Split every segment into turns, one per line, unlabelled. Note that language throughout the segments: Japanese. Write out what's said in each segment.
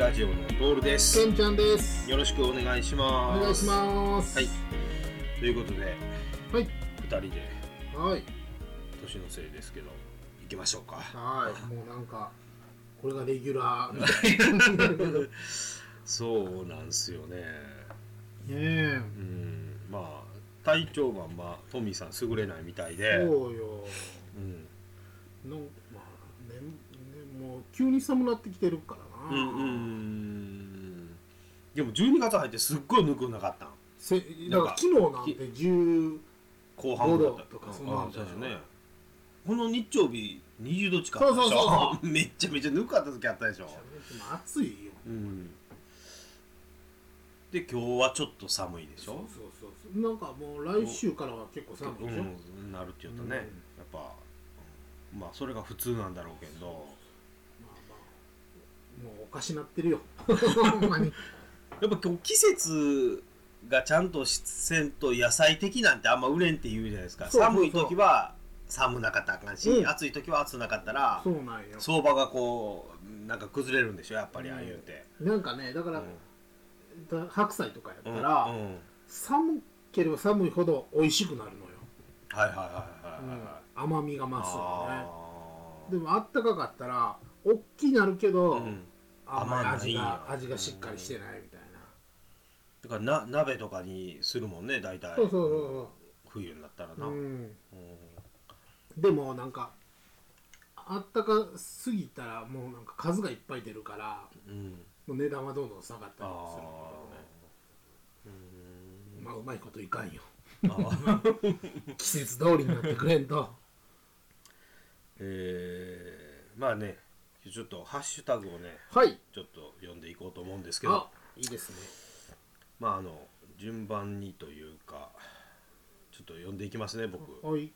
ラジオのトールです
け。んちゃんです。
よろしくお願いし
お
ます。
願いします。
はい。ということで、
はい。
二人で
はい。
年のせいですけど、行きましょうか。
はい。もうなんか、これがレギュラーみたい
そうなんすよね。
な。ね
うん、まあ体調はまあトミーさん優れないみたい
え。
で、
そうよ。
うん、
の、まあ、ね、ね、もう急に寒なってきてるから
う
な。
んうん。でも12月入ってすっごいぬくなかったん。
せ、だから昨日なんて10、
後半ぐらいだ
五度とかそんなん
あ
でし
そ
ょ
うですねこの日曜日20度近かったでしょ
そうそ う
めっちゃめちゃぬかった時あったでしょ、
暑いよ。
うん、で今日はちょっと寒いでし
そう
ょ
そうそうそう。なんかもう来週からは結構寒いでしょ。
うん、なるって言ったね、やっぱまあそれが普通なんだろうけど
まあまあ、もうおかしなって るよ。ほんまに。
やっぱ今日季節がちゃんとしせんと野菜的なんてあんま売れんって言うじゃないですか
そうそうそう
寒い時は寒なかったらあかんし、
うん
暑い時は暑なかったら
そうなんよ。
相場がこうなんか崩れるんでしょやっぱりああいうて、
なんかね、だか
う
ら、
ん
だ白菜とかやった
うん
ら、
うん
寒ければ寒いほど美味しくなるのよ、
はいはいはいはいはいはい
甘みが増すの
あ
ねでもあったかかったら大きなるけど、
ーうん
あんまり味
甘ないん
が
や
味がしっかりしてないみたいな、
だからな鍋とかにするもんね大体
そうそうそ
冬になったら
うそ
な、
う、う
うん
ん、でもなんかあったかすぎたらもうなんか数がいっぱい出るから
うん
もう値段はどんどん下がった
あ
り
あ
する
う
け
ん
どねまあうまいこといかんよ
あ ー
季節通りになってくれんと
えー、まあねちょっとハッシュタグをね
はい
ちょっと読んでいこうと思うんですけど
あいいですね
まああの順番にというかちょっと読んでいきますね僕
はい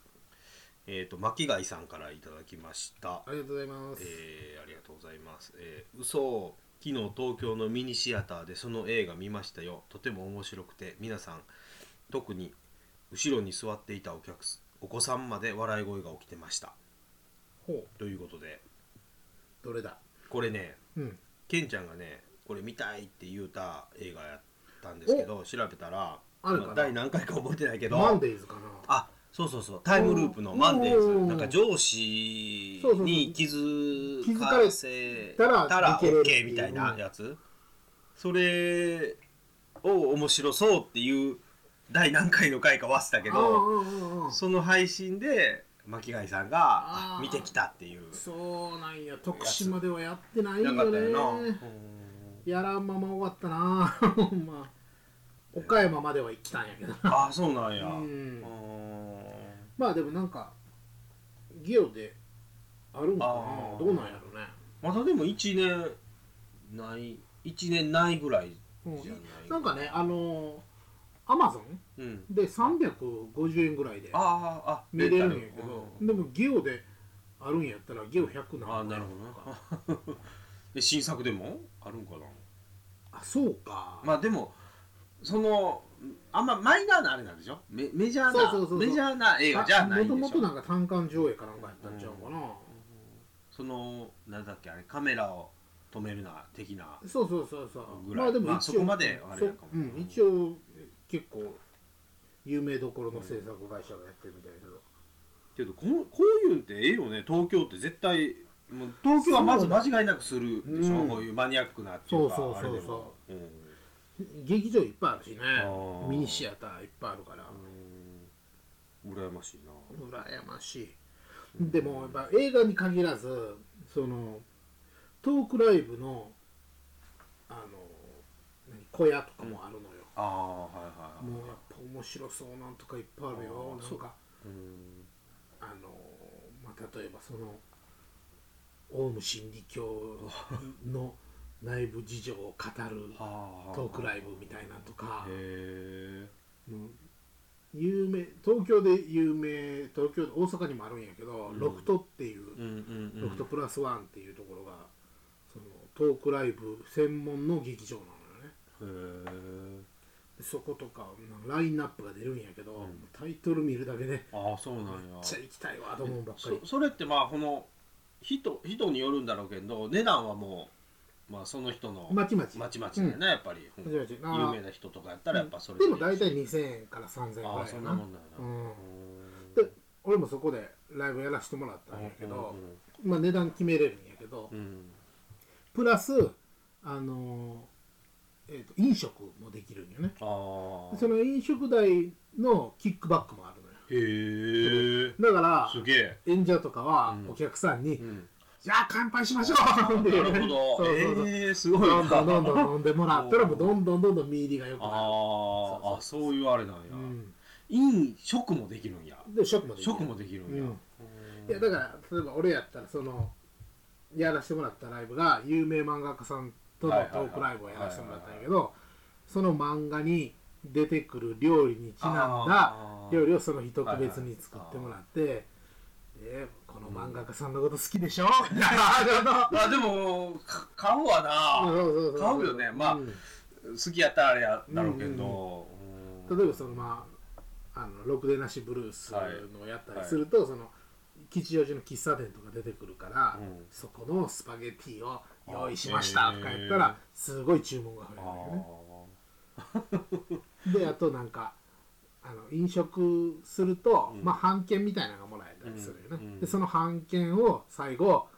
えっ、と巻貝さんからいただきました
ありがとうございます、
えーありがとうございます。えー、嘘を昨日東京のミニシアターでその映画見ましたよ。とても面白くて皆さん特に後ろに座っていたお客すお子さんまで笑い声が起きてました。
ほう
ということで
どれだ
これね
うん
ケンちゃんがねこれ見たいって言うた映画やったんですけど調べたら
あるかな
ま第何回か覚えてないけ
マン
ど
デイズかな
あそうそうそうタイムループのマンデー
お
ズ
ー
なんか上司
そうそうそう
に気づ
気づか
か
れ
せ
たら
たら
抜けれるってい
OK
う
みたいなやつそれを面白そうっていう第何回の回か忘れたけど
うんうんうんうん
その配信で巻貝さんが
あー
見てきたっていう
そうなんや徳島ではやってないん
な
よ
かった
ね
よなうん
やらんまま終わったな ほんま岡山までは来たんやけど
ああそうなんや
う
うんん
まあでもなんかゲオであるんか
あー
などうなんやろね
まだでも1年ない1年ないぐらい
うん
じゃない
なんかねあのーアマゾン
うん
で350円ぐらいで
あああ
見れるんや
レン
け
タル
どでもゲオであるんやったらゲオ100
ああ
何
なる
本
ほどな で新作でもあるんかな
あそうか
まあでもそのあんまマイナーなあれなんでしょメメジャーな
そうそうそうそう
メジャーな映画じゃないんでしょ
もともとなんか単館上映かなんかやったんちゃうかな、
そのなんだっけあれカメラを止めるな的な
そうそうそうそう
ぐらい
まあでも一応、
まあそこまであれやかも
そうん、一応結構有名どころの制作会社がやってるみたいだけど、
けどこのこういうんってええよね東京って絶対もう東京はまず間違いなくするでしょ、
うん
こういうマニアックなっていうか
そうそうそうそう
あれでもうん
劇場いっぱいあるしね
ー
ミニシアターいっぱいあるから、
うん羨ましいな
羨ましい、でもやっぱ映画に限らずそのトークライブのあの何小屋とかもあるのよ、
ああはいはいはい
もうやっぱ面白そうなんとかいっぱいあるよ
あー
なんか
うん
あのまあ、例えばそのオウム真理教の内部事情を語る
はあ
トークライブみたいなとか
へ、え
うん有名東京で有名東京大阪にもあるんやけど、
うん
ロクトっていう、
うんうんうん
ロクトプラスワンっていうところがそのトークライブ専門の劇場なのよね
へえ
でそことかなんかラインナップが出るんやけど、
ん
タイトル見るだけでめっ
ああそうなんや
ちゃ行きたいわと思うばっかり
そそれってまあこの人人によるんだろうけど値段はもうまあその人の
まちまち
まちまちだよね、やっぱり、うん
まちまちあー
有名な人とかやったらやっぱそれ
でも大体2000円から3000円ぐらい
ああそ
や
んなも
なん
だよな、
うん
うーん
で俺もそこでライブやらせてもらったんやけど、まあ、値段決めれるんやけど、
うんうん
プラスあのー、えーと飲食もできるんよね
ああ
その飲食代のキックバックもあるの
へ
よ
え
だから
すげえ、
演者とかは
うん
お客さんに
う
「
ん、
じゃあ乾杯しましょう!」って
なるほど
そうそうそう
ええー、すごい
どんどんどん
あ
どん飲んでもらったらもうどんどんどんどん身入りが良くな
ああそういうあれなんや、
る、うん、
飲食もできるんや
で食もできる
食もできるんや、
うんいやだから例えば俺やったらそのやらせてもらったライブが有名漫画家さんとのト
はいはいはい
ークライブをやらせてもらったんやけどその漫画に出てくる料理にちなんだ料理をその日特別に作ってもらって「えーこの漫画家さんのこと好きでしょ?」みたい
ま
な
あでもか買うわな、買うよねまあ
うん
好きやったらあれやだろうけど、うん
例えばそのまああの「ろくでなしブルース」のをやったりすると、その吉祥寺の喫茶店とか出てくるから、
うん
そこのスパゲティを用意しましたとか言ったらすごい注文が増え
あ
るわけねであとなんかあの飲食すると、
うん
まあ半券みたいなのがもらえたりするよね、
うん
でその半券を最後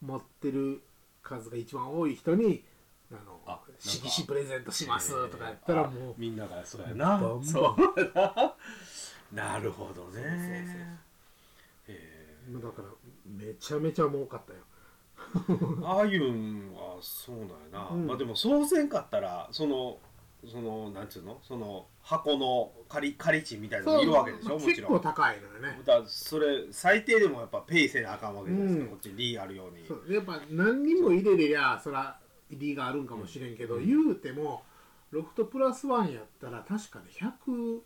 持ってる数が一番多い人にあの
あなんか
色紙プレゼントし
ー
ますとか言った
あ
らもう
みんながそうやな
バンバン
そうやななるほどね
そうそうそう
へ
もうだからめちゃめちゃ儲かったよ
ーああいうんはそうなんやな、
うん
まあでもそうせんかったらそのそのなんつうのその箱の仮仮地みたいなのもいるわけでし
ま
ょ
あ
もち
結
ろ
構
ん
高いのよね
だからそれ最低でもやっぱペイせなあかんわけじゃないですか、
うん
こっちにリーあるように
そうやっぱ何人も入れりゃそら入りがあるんかもしれんけど、
うん
言うてもロフトプラスワンやったら確かね100、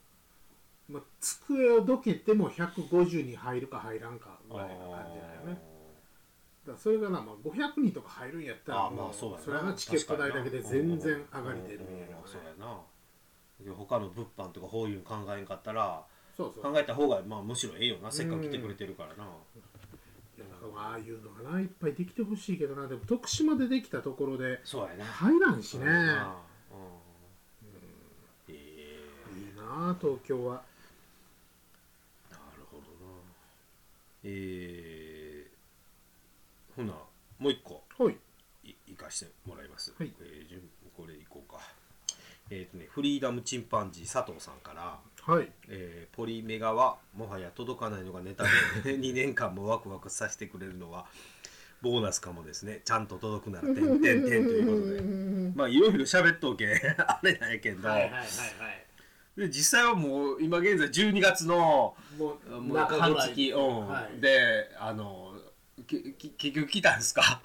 まあ、机をどけても150に入るか入らんかぐらいな感じだよねだからそれがな、まあ、500人とか入るんやった
あ
ら
あまあそう
う
やな
それはチケット代だけで全然上がり出る
うんんう
や
ん
ろ
うんそう
ね
やなで他の物販とかこういうの考えんかったら
そうそう
考えた方がまあむしろええよなせっかく来てくれてるからな、
なんかまあああいうのがないっぱいできてほしいけどなでも徳島でできたところで
そうやな
入らんしね
そうやなうんええ
いいなあ東京は
なるほどなえー、ほなもう一個
ほい
い行かしてもらいます、
はい
えー、順これ行こうかえっ、とねフリーダムチンパンジー佐藤さんから
はい
えーポリメガはもはや届かないのがネタ で2年間もワクワクさせてくれるのはボーナスかもですねちゃんと届くなら「てんて んてん」ということでまあいろいろ喋っとけあれなんや けど、
はいはいはいは
で実際はもう今現在12月の
い。も
もう半月、うん
はい
であのきき結局来たんです か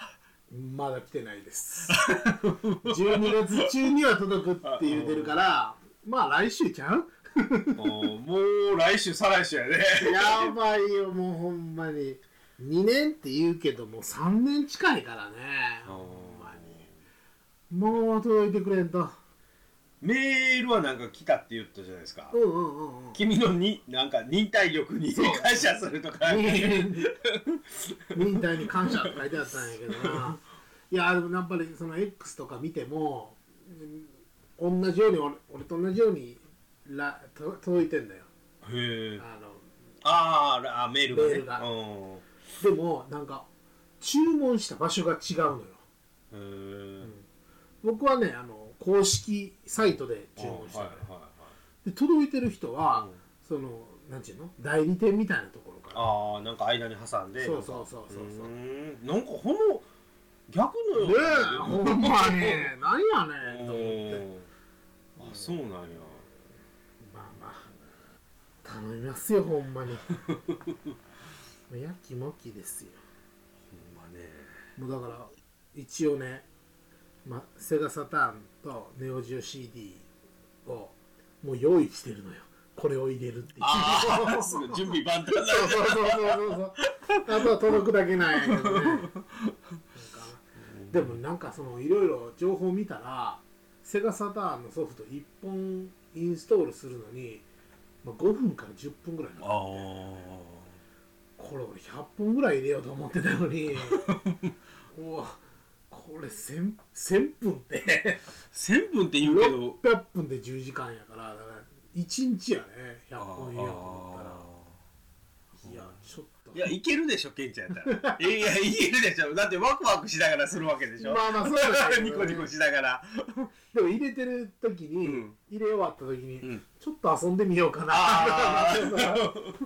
まだ来てない です。12月中には届くって言うてる から、まあ来週ちゃう
もうもう来週再来週やね
やばいよ、もうほんまに。2年って言うけど、もう3年近いからね。ほんまに。もう届いてくれんと。
メールはなんか来たって言ったじゃないですか、
うんうんうんうん。
君のになんか忍耐力に感謝するとか
忍耐に感謝って書いてあったんやけどないやでもやっぱりその X とか見てもうん同じように俺俺と同じようにらと届いてんだよ
へえ
あの
あーらあメールがね
メールが
うん
でもなんか注文した場所が違うのよ
へー
僕はねあの公式サイトで注文した
は
の
い
よ、
はいはい
で届いてる人
う
は、
ん
そのなんていうの代理店みたいなところから
ああなんか間に挟んで
そうそうそうそう
う
そう
ーんなんかほの逆の
ね
よ
え
うな
ほんまになんやねんと思って
うんあそうなんや
まあまあ頼みますよほんまに もうやきもきですよ
ほんまね
もうだから一応ね、まあ、セガサターンとネオジオ CD をもう用意してるのよこれを入れるっていう
ああ すぐ準備万端だ
そうそうそうそうそうあとは届くだけなんやけどねなんかでもなんかそのいろいろ情報見たらセガサターンのソフト1本インストールするのに、まあ、5分から10分ぐらい
あ
な
あ
これ俺100本ぐらい入れようと思ってたのにうわここれ1000 1000分って
1000分って言うけど
600分で10時間やからだから1日やね100本入れようと思ったらいやちょっと
いや、いけるでしょ、ケンちゃんやったら。 いや、いけるでしょ。だってワクワクしながらするわけでしょ。
まあまあそうだけど
ニコニコしながら。
でも入れてる時に、
うん
入れ終わった時に、
うん
ちょっと遊んでみようかな
あ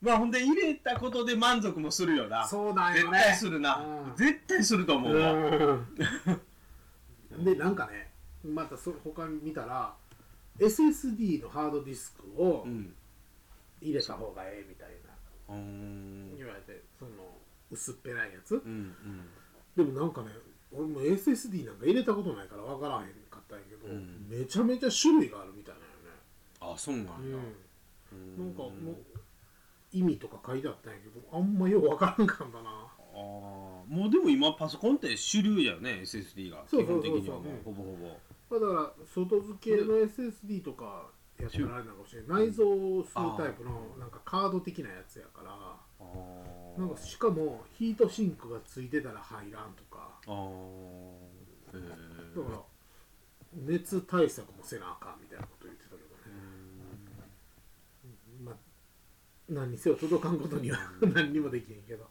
まあほんで入れたことで満足もするよな。
そうなんよ
絶
ね
対するな、
うん
絶対すると思うわ。
うんでなんかねまたそ他に見たら SSD のハードディスクを
うん。
入れた方がええみたいな
うーん
言われてその薄っぺらいやつ
うんうん
でもなんかね俺も SSD なんか入れたことないから分からへんかったんやけど、
うん
めちゃめちゃ種類があるみたい
あ、そうなんや。
なよね、
うん
うん、なんかもう意味とか書いてあったんやけどあんまよう分からんかったな
あーもうでも今パソコンって主流やよね SSD が
そ
基
うそ
本
うそうそう
的にはもう
うん
ほぼほぼ
まあだから外付けの SSD とかやったらあれなのかもしれない内蔵するタイプのなんかカード的なやつやから
あー
なんかしかもヒートシンクがついてたら入らんとか
あーへ
だから
ー
熱対策もせなあかんみたいなこと言ってたけどねまあ何にせよ届かんことには 何にもできへんけど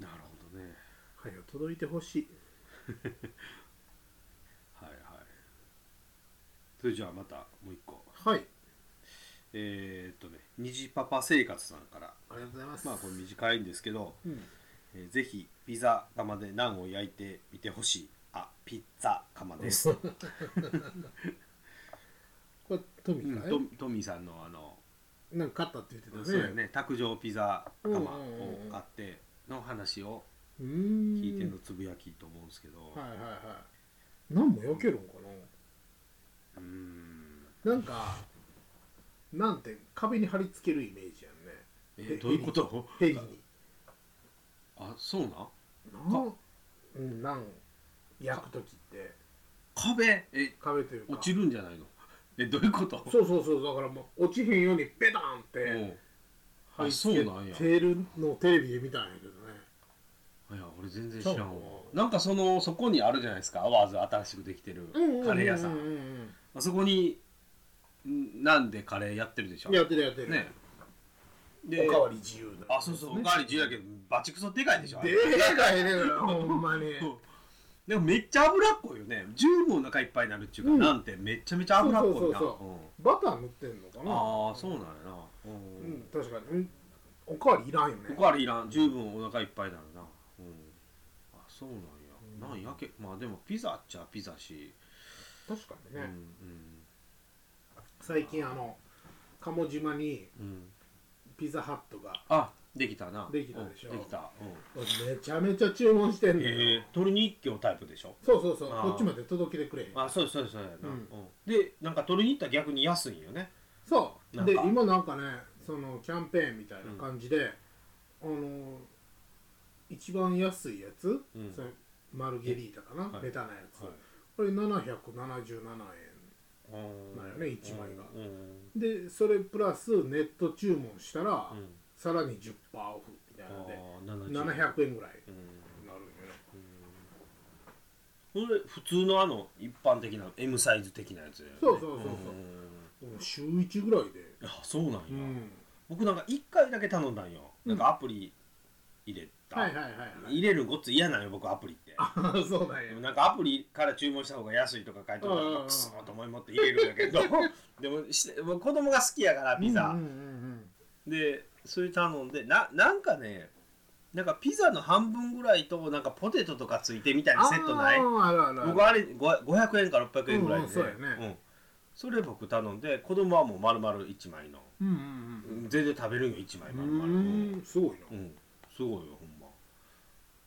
なるほどね
早く届いてほしい
はいはいそれじゃあまたもう一個
はい
えー、っとね虹パパ生活さんから
ありがとうございます
まあこれ短いんですけど、
うん
えーぜひピザ窯でナンを焼いてみてほしいあピッツァ窯 です、うん
これトミーか
ト
ね
トミーさんのあの
なんか勝ったって言って
そう
た
や
ね
ね卓上ピザ窯を買っての話を
うーん
聞いてのつぶやきと思うんですけど、
はいはいはい何もよけるんか
うーん
ななんかなんて壁に貼り付けるイメージやんね
え
え
ーどういうこと
ヘリに
あそうなん
なんうんなん焼く時って
壁え
壁というか
落ちるんじゃないの えどういうこと
そうそうそうだからもう落ちへんようにペタンっ
う
て
ん
貼り
あそ
付
う
け
なんや
てるのをテレビで見たんやけどね
いや俺全然知らんわ
そう
なんかそのそこにあるじゃないですかアワーズ新しくできてるカレー屋さん,、
うんうんうん
あそこにんなんでカレーやってるでし
う
ょ
んやってるやってる、
ねで
おかわり自由だ
あそうそうおかわり自由やけどバチクソでかいでしょあれ
でかいねほんまに
うんでもめっちゃ脂っこいよね十分お腹いっぱいになるっていうか、
うん
なんてめっちゃめちゃ脂っこいな
そうそうそう
うん
バター塗ってんのかな
ああそうなんやな、う
うんん、確かに、うん、おかわりいらんよね
おかわりいらん十分お腹いっぱいになるな、うん、あそうなんや、なんやけまあでもピザっちゃピザし、
確かに
うん
ね、
うん
最近あの鴨島に
うん、
ピザハットが
あできたな
できたでしょ
うんできた、うん
めちゃめちゃ注文してんのよ、
えー、鶏肉京タイプでしょ
そうそうそう
あー
こっちまで届けてくれへん
あそうですそうですそうやな、
う
う
ん
んでなんか鶏肉って逆に安いんよね
そう
なんか
で今なんかねそのキャンペーンみたいな感じで、あのー一番安いやつ、
うん
それマルゲリータかな、
はい
ベタなやつ、
はい
これ777なんやね一枚が円でそれプラスネット注文したら、
うん
さらに10%オフみたいなので
7
700円
うん
ぐらいなるんよね
ほんで普通のあの一般的な M サイズ的なやつやよね
そうそうそうそうんでも週1ぐらいで、
あそうなんや、
うん、
僕なんか1回だけ頼んだんよなんかアプリ入れた、
はいはいはいはい
入れるのごっつ嫌なんよ僕アプリって
あ そうなんや
でもなんかアプリから注文した方が安いとか書いてあ
うん
る
うん
か
うん
らクソと思い持って入れるんや けどでもしてもう子供が好きやからピザ、
うんうんうん
でそれ頼んでななんかねなんかピザの半分ぐらいとなんかポテトとかついてみたいなセットない
あーあるあるある
僕あれご500円か600円ぐらいで、
うんうんそうやね
んそれ僕頼んで子供はもう丸々1枚の
うんうん
全然食べるんよ1枚
う
丸々
んうーんすごいな
うんすごいよほんま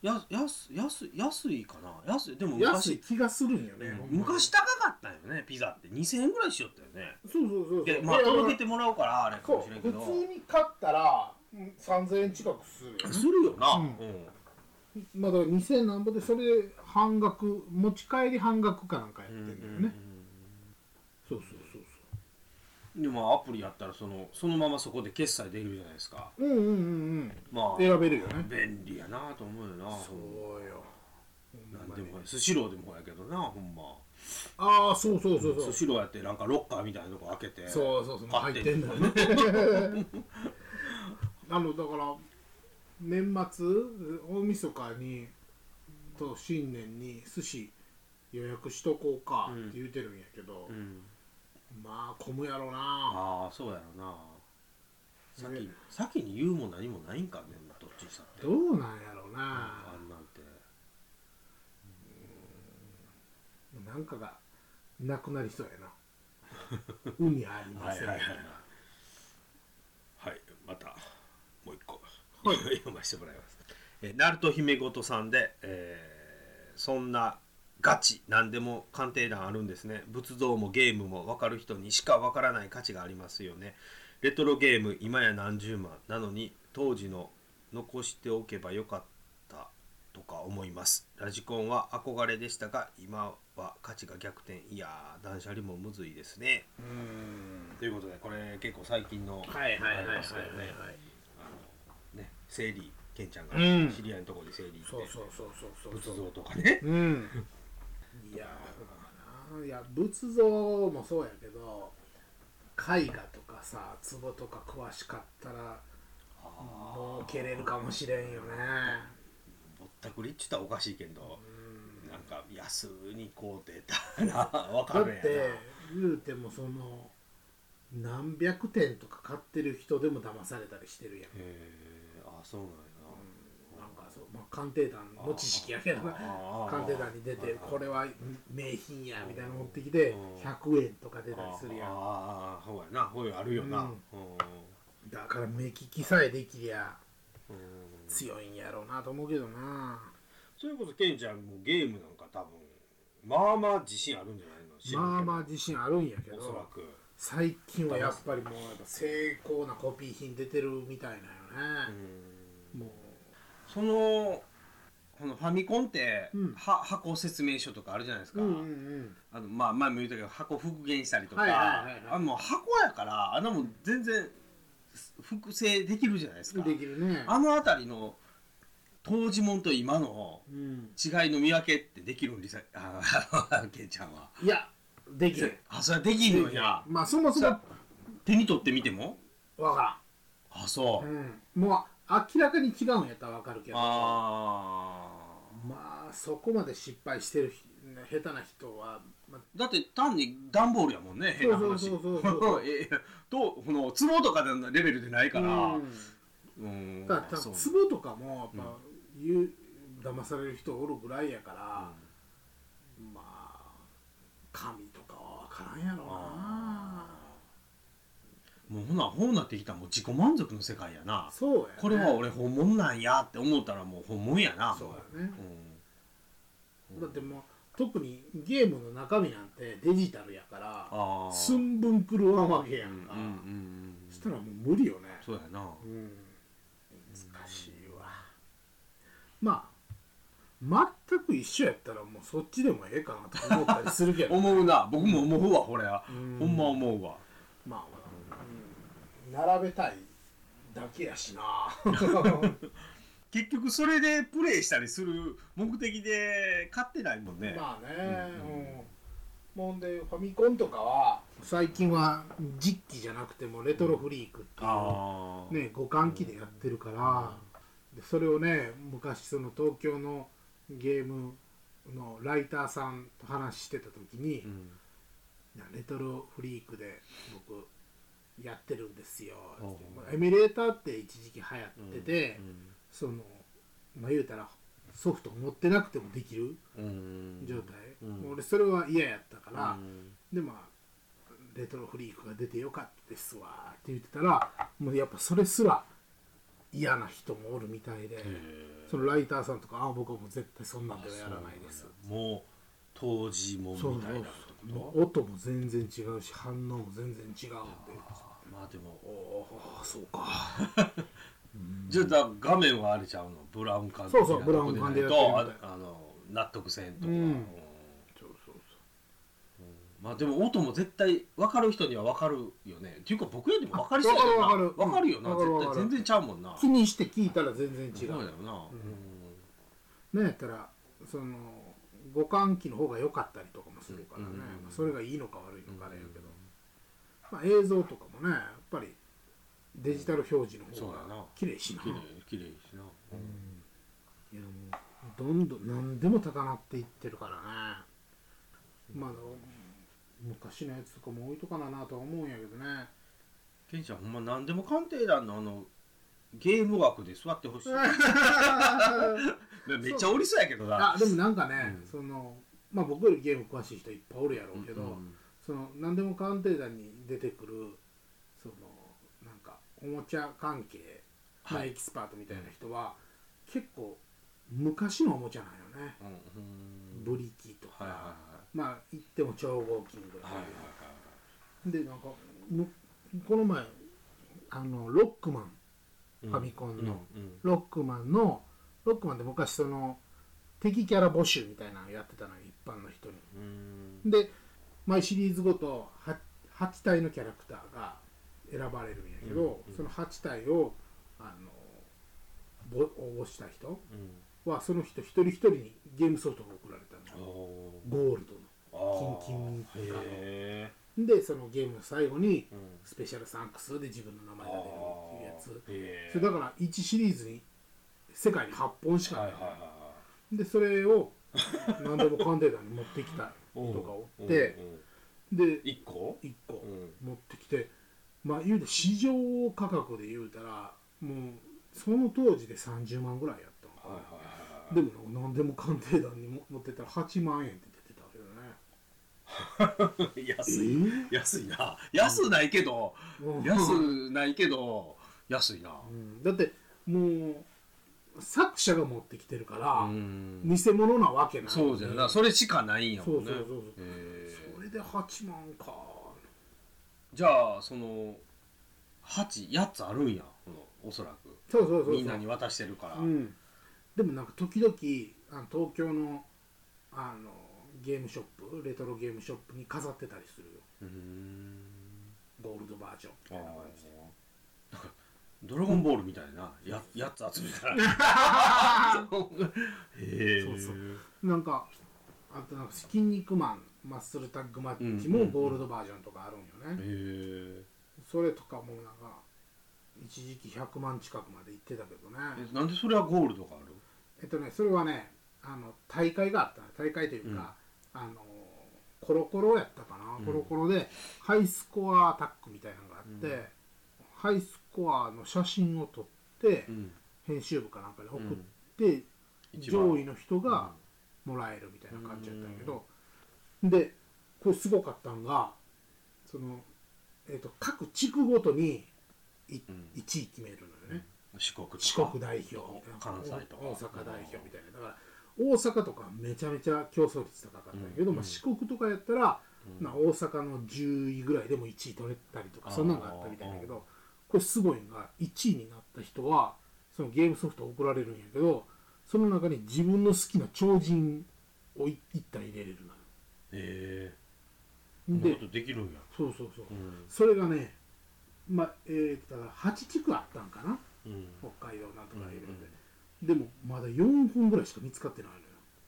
や安安安いかな安いでも
安
昔
い気がするんよね、
うん
ほんまに
昔高かったよねピザって2000円ぐらいしよったよね
そうそうそうそ
い
う
やまあ
いや
届けてもらうからあれか
そう
もしれんけ
普
ど
通に買ったらうん3000円近くするよね
するよな、
うん
うん
まあだから2000なんぼでそれで半額持ち帰り半額かなんかやってんだよね、そうそうそうそう
でもアプリやったらそのそのままそこで決済できるじゃないですか
うんうんうん
ま
うん
あ
選べるよね
便利やなと思うよな
そうよほん
な
ま
んで
に
もスシローでもやけどなほんま
ああそうそうそうそう
スシローやってなんかロッカーみたいなとこ開けて
そうそうそう
買
入
っ
ってて
んの
んだよねあのだから年末大晦日にと新年に寿司予約しとこうかって言うてるんやけど、
うん
まあ混むやろな
ああそうやろな先
ね
先に言うも何もないんかねんなどっちにしたって
どうなんやろな
あんなんて
なんかがなくなりそうやな海ありま
はい
せん
はいはいはいまたもう一個、
は い
読ませてもらいますえナルト姫ごとさんで、えーそんなガチ何でも鑑定団あるんですね仏像もゲームも分かる人にしか分からない価値がありますよねレトロゲーム今や何十万なのに当時の残しておけばよかったとか思いますラジコンは憧れでしたが今は価値が逆転いやー断捨離もむずいですね
うーん
ということでこれ結構最近の
はいはいはいはいはい
ありますよねあのね整理ケンちゃんが
うん
知り合いのところで整理
そう
行
そうそうそうそ
っ
う
て仏像とかね
うん、いやーいや仏像もそうやけど絵画とかさ壺とか詳しかったらもう蹴れるかもしれんよね
ぼったくりっちゅったらおかしいけどなんか安にこう出た らわか
だっ
るや
て言うてもその何百点とか買ってる人でも騙されたりしてるやん、
なへえあそうなんや
なんかそう、まあ、鑑定団の知識やけど
な
な
あー
鑑定団に出てこれは名品やみたいなの持ってきて
うん
100円とか出たりするや
あー
ん
あーそうやなそういうあるよなう
うんんだから目利きさえできりゃ
うん
強いんやろうなと思うけどな
それこそケンちゃんもゲームなんか多分まあまあ自信あるんじゃないの知らんけど
まあまあ自信あるんやけ
おそら
ど
く
最近はやっぱりもうやっぱ精巧なコピー品出てるみたいなよね、もう
そのこのファミコンって、
うん
は箱説明書とかあるじゃないですか、
うんうん
あのまあ前も言ったけど箱復元したりとか、
はいはいはいはい
あの箱やからあんなもん全然複製できるじゃないです
う
か
んできるね
あの辺りの当時もんと今の
うん
違いの見分けってできるんですあーケンちゃんはい
やできる
あそれはできんのや
まあそもそも
手に取ってみても
わか
あそ
ら
う、
ん、うん、もう明らかに違うんやったらわかるけど
ああ
まあそこまで失敗してるひ下手な人は、まあ、
だって単に段ボールやもんね変な話
そうそうそう そ
ええとこの壺とかのレベルでないから
うん
うん
だから
そう
ツボとかもやっぱ、言う騙される人おるぐらいやから、まあ神とかは分からんやろうな
もうほなほうなってきたらもう自己満足の世界やな
そうや、ね、
これは俺本物なんやって思ったらもう本物やな
そう
も
やね
う、うん、
だってもう特にゲームの中身なんてデジタルやから
ああ
寸分狂わんわけや
うん
んか、
うんうんうん
したらもう無理よね
そうやな
うん難しいわまあ全く一緒やったらもうそっちでもええかなと思ったりするけ ど
思うな僕も思うわこれは
うん
ほんま思うわ
まあ、並べたいだけやしな ま
結局それでプレイしたりする目的で買ってないもんね
あね、うんもんでファミコンとかは最近は実機じゃなくてもレトロフリークっていう、
ああ
ね、互換機でやってるから、でそれをね昔その東京のゲームのライターさんと話してた時に、
うん
レトロフリークで僕やってるんですよって
ほうほう
エミュレーターって一時期流行ってて、
うん
そのまあ言うたらソフト持ってなくてもできる
うん
状態、
うん
もう俺それは嫌やったか
う
ら、
ん
でまあレトロフリークが出てよかったですわって言ってたらもうやっぱそれすら嫌な人もおるみたいでそのライターさんとかあ僕はもう絶対そんなんではやらないです
もう当時もみ
そう
た
そ
いなっ
う
て
も
こ
う音も全然違うし反応も全然違うんで
とあーまあでも
おおーそうか
じゃあだ画面はあれちゃうのブラウン管
そうそう
的なとこ
ブラウン管で
ない
やってるみ
と
たい
ああの納得せんとか
うん
うん
そうそうそう
まあでも音も絶対分かる人には分かるよねっていうか僕よりも分かりそう
あ
やよな
分かる分かる
分かるよな、
うん
絶対
分かる分か
全
る
然ちゃうもんな
気にして聞いたら全然違
そう
う
だよな、
なんやったらその互換機の方が良かったりとかもするからね、
うんうんうんうん
まあそれがいいのか悪いのかあれやけど、
う
まあ、映像とかもねやっぱりデジタル表示の
そ
方
うだな
が綺麗やし
ん
な
綺麗綺麗やしな、
いやもうどんどん何でも高鳴っていってるからねまあ昔のやつとかも置いとかななとは思うんやけ どね
ケンちゃんほんま何でも鑑定団のあのゲーム枠で座ってほしいめっちゃおりそうやけどな
あでもなんかね、
うん
そのまあ僕よりゲーム詳しい人いっぱいおるやろうけど、
うん
その何でも鑑定団に出てくるそのなんかおもちゃ関係、まあ、
はい
エキスパートみたいな人は、結構昔のおもちゃなんよね、
うんうん
ブリキとか、
はいはいは
まあ言っても超合金ぐ
い
ら
はいは
い、
いはい
でなんかむこの前あのロックマン
うん
ファミコンの
うんうん
ロックマンのロックマンって昔その敵キャラ募集みたいなのやってたのよ一般の人に
うん
で毎シリーズごと 8, 8体のキャラクターが選ばれるんやけど、
うんうん
その8体をあのぼ応募した人はその人一人一人にゲームソフトが送られた
うん
のよ
おー
ゴールド
あー
キンキンに
へ
のでそのゲームの最後に
ーうん
スペシャルサンクスで自分の名前が出るっていうやつ
あーへー
それだから1シリーズに世界に8本しかな
はい
い
はいはいはい
でそれを何でも鑑定団に持ってきた人がおって
うんうん
で
一個
1個
うん
持ってきてまあ言うて市場価格で言うたらもうその当時で30万ぐらいやったのか
はい
な
はいはい
でもな何でも鑑定団にも持ってったら8万円って出てたわけ
はい安い
よね
安いな安ないけど
うん
安ないけど安いな
うんだってもう作者が持ってきてるから、
うん
偽物なわけない
そうじゃなそれしかないんや
そ
も
うんそ
ね
うそうそう
へー
それで8万か
じゃあその88つあるんやこのおそらく
そうそうそうそう
みんなに渡してるから
うん、でもなんか時々あの東京のあのゲームショップレトロゲームショップに飾ってたりするよ
うん
ゴールドバージョンみ
あーな
たいなん感
か
じで
ドラゴンボールみたいなや8つ集め たらへえ
そうそうなんかあとなんか「筋肉マン」マッスルタッグマッチ
うん
も
うんうん
ゴールドバージョンとかあるんよね、
へ
それとかもなんか一時期100万近くまで行ってたけどね
えなんでそれはゴールドがある
えっとねそれはねあの大会があったの大会というか、あのコロコロやったかな、
うん
コロコロでハイスコアアタックみたいなのがあって、
うん
ハイスコアの写真を撮って、
うん
編集部かなんかで送
う
っ
ん
て、
一番
上位の人がもらえるみたいな感じやったんやけど、でこれすごかったんがその、えっと各地区ごとに1
うん
位決めるのよね、
四国とか
四国代表
関西とか
大阪代表みたいなだから大阪とかめちゃめちゃ競争率高かったんやけど、
うん
まあ、四国とかやったら、
うん
まあ、大阪の10位ぐらいでも1位取れたりとかそんなのがあったみたいだけどこれすごいのが1位になった人はそのゲームソフト送られるんやけどその中に自分の好きな超人を1体入れれる
へえ
のよ
で
で
ことできるんや
そうそうそう
うん
それがねまあえー、だから8地区あったんかな
うん
北海道なんと
うんう
かいろいろで、
ん
でもまだ4本ぐらいしか見つかってないのよ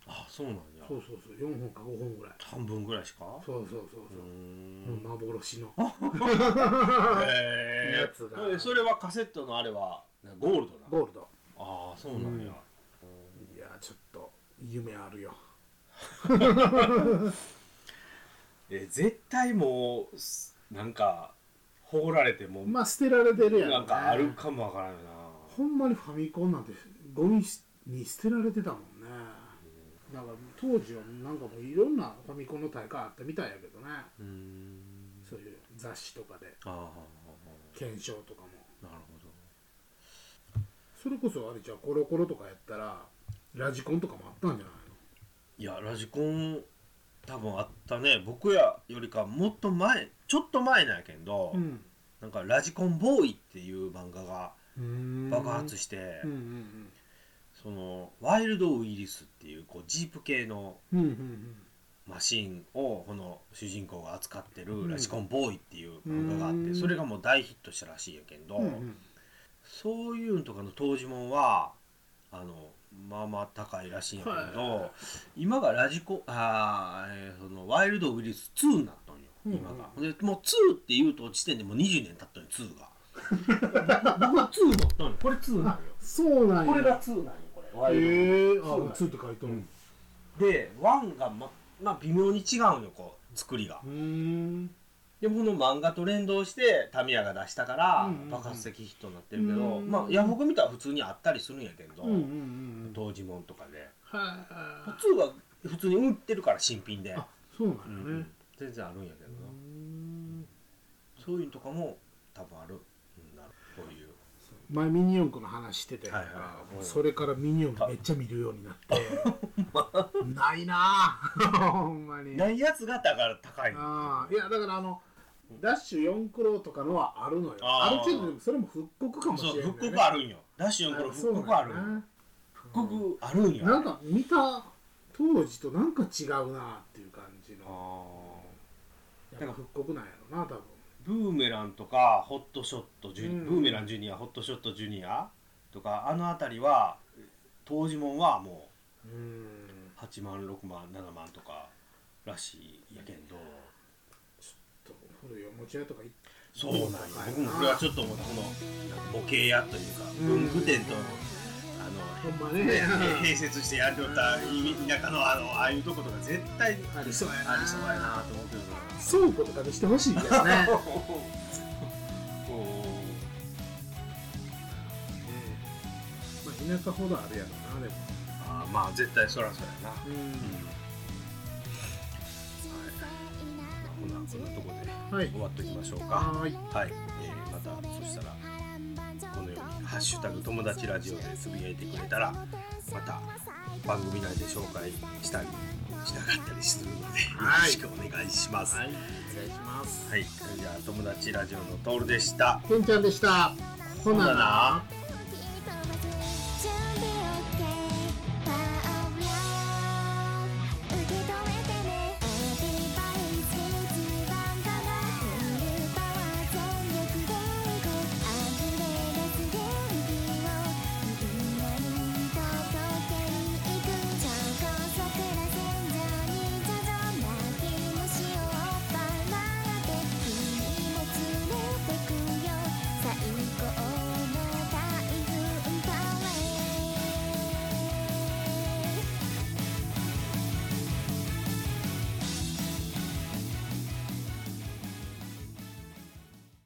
あそうなんや
そうそうそう4本か5本ぐらい
半分ぐらいしか
そうそうそう
うー
そう、
ん
もう幻の
へー
やつが
えそれはカセットのあれはゴールドな
ゴールド
ああそうなんや、
いやーちょっと夢あるよ
え絶対もうすなんか放られても、
まあ捨てられてるやろ、ね、
なんかあるかもわからんよな
ほんまにファミコンなんてゴミに捨てられてたもんねだから当時はなんかもういろんなファミコンの大会あったみたいやけどね
うーん
そういう雑誌とかで
ああ
検証とかも
なるほど
それこそあれじゃあコロコロとかやったらラジコンとかもあったんじゃないの
いやラジコン多分あったね僕やよりかもっと前ちょっと前なんやけんど、
うん
なんか「ラジコンボーイ」っていう漫画が爆
爆
発
し
して、
てうんうん
そのワイルドウイリスっていうこうジープ系の
うんうんうん
マシンをこの主人公が扱って
う
る「
ん
ラジコンボーイ」っていう漫画があって
うん
それがもう大ヒットしたらしいやけんど、
うんうん
そういうのとかの当時もんはあのまあまあ高いらしいんやけど、
は
今がラジコあー、えーそのワイルドウィリス2になったんよ
うん
今が、でもう2っていうと時点でもう20年経ったんよ2が僕は2だったんよこれ2なんよ
そうなんや
これが2なんよこれワ
へ
イルドウィリス
えー、
そうなん
あ
や
ツーって書いてある
で1がままあ微妙に違うんよこう作りが
うーん
でもこの漫画と連動してタミヤが出したから
うんうんうん
爆発的ヒットになってるけど、
うん
まあヤフオク見たら普通にあったりするんやけど、
うんうんうんうん
当時もんとかで
はい
2が普通に売ってるから新品で、
あそうなん
うん
やね
全然あるんやけど
う
な、
ん
そういうのとかも多分あるんだろうこういう
前ミニ四駆の話してたやん
はいはい
か
はい
もうそれからミニ四駆めっちゃ見るようになって ないなあ ほんまに
ないやつがだから高い
ああいやだからあのダッシュ4クロとかのはあるのよ
あ
あ
ー
る程度でもそれも復刻かもし
そう
れない、ね、
復刻あるんよダッシュ4これ復刻あるんよ
そうなんやね
復刻あるんよ
なんか見た当時となんか違うなっていう感じ
あ
の
ー
やっぱ復刻なんやろな多分
ブーメランとかホットショットジュニ、
うん
ブーメランジュニアホットショットジュニアとかあの辺りは当時もんはも
うーん
う8万6万7万とからしいやけんど
ちょっと古いおもちゃ屋とか行っ
そうなんや僕もこれはちょっと思ったこのなんか模型屋というか
うん
文具店と、
ほん
あ
ま
の、
ね
ね、併設してやりとった田舎のあのああいうとことか絶対
ありそうやな
ありそうやなと思うけどな
倉庫とかにしてほしいですねね
こ
まあ田舎ほどあるやろなでも
うあーまあ絶対そらそうやなうんはい、こんなこんなとこ
うんは
で
い
終わっときましょうか。
はーい
はい、えーまたそしたらこのように「ハッシュタグ友達ラジオ」でつぶやいてくれたらまた番組内で紹介したりしなかったりするのでよろ
はい
しくお願いします。
は
はい
い、お願いします
じゃあ友達ラジオのトールでした。
けんちゃんでした
ほ
ほな
なな
な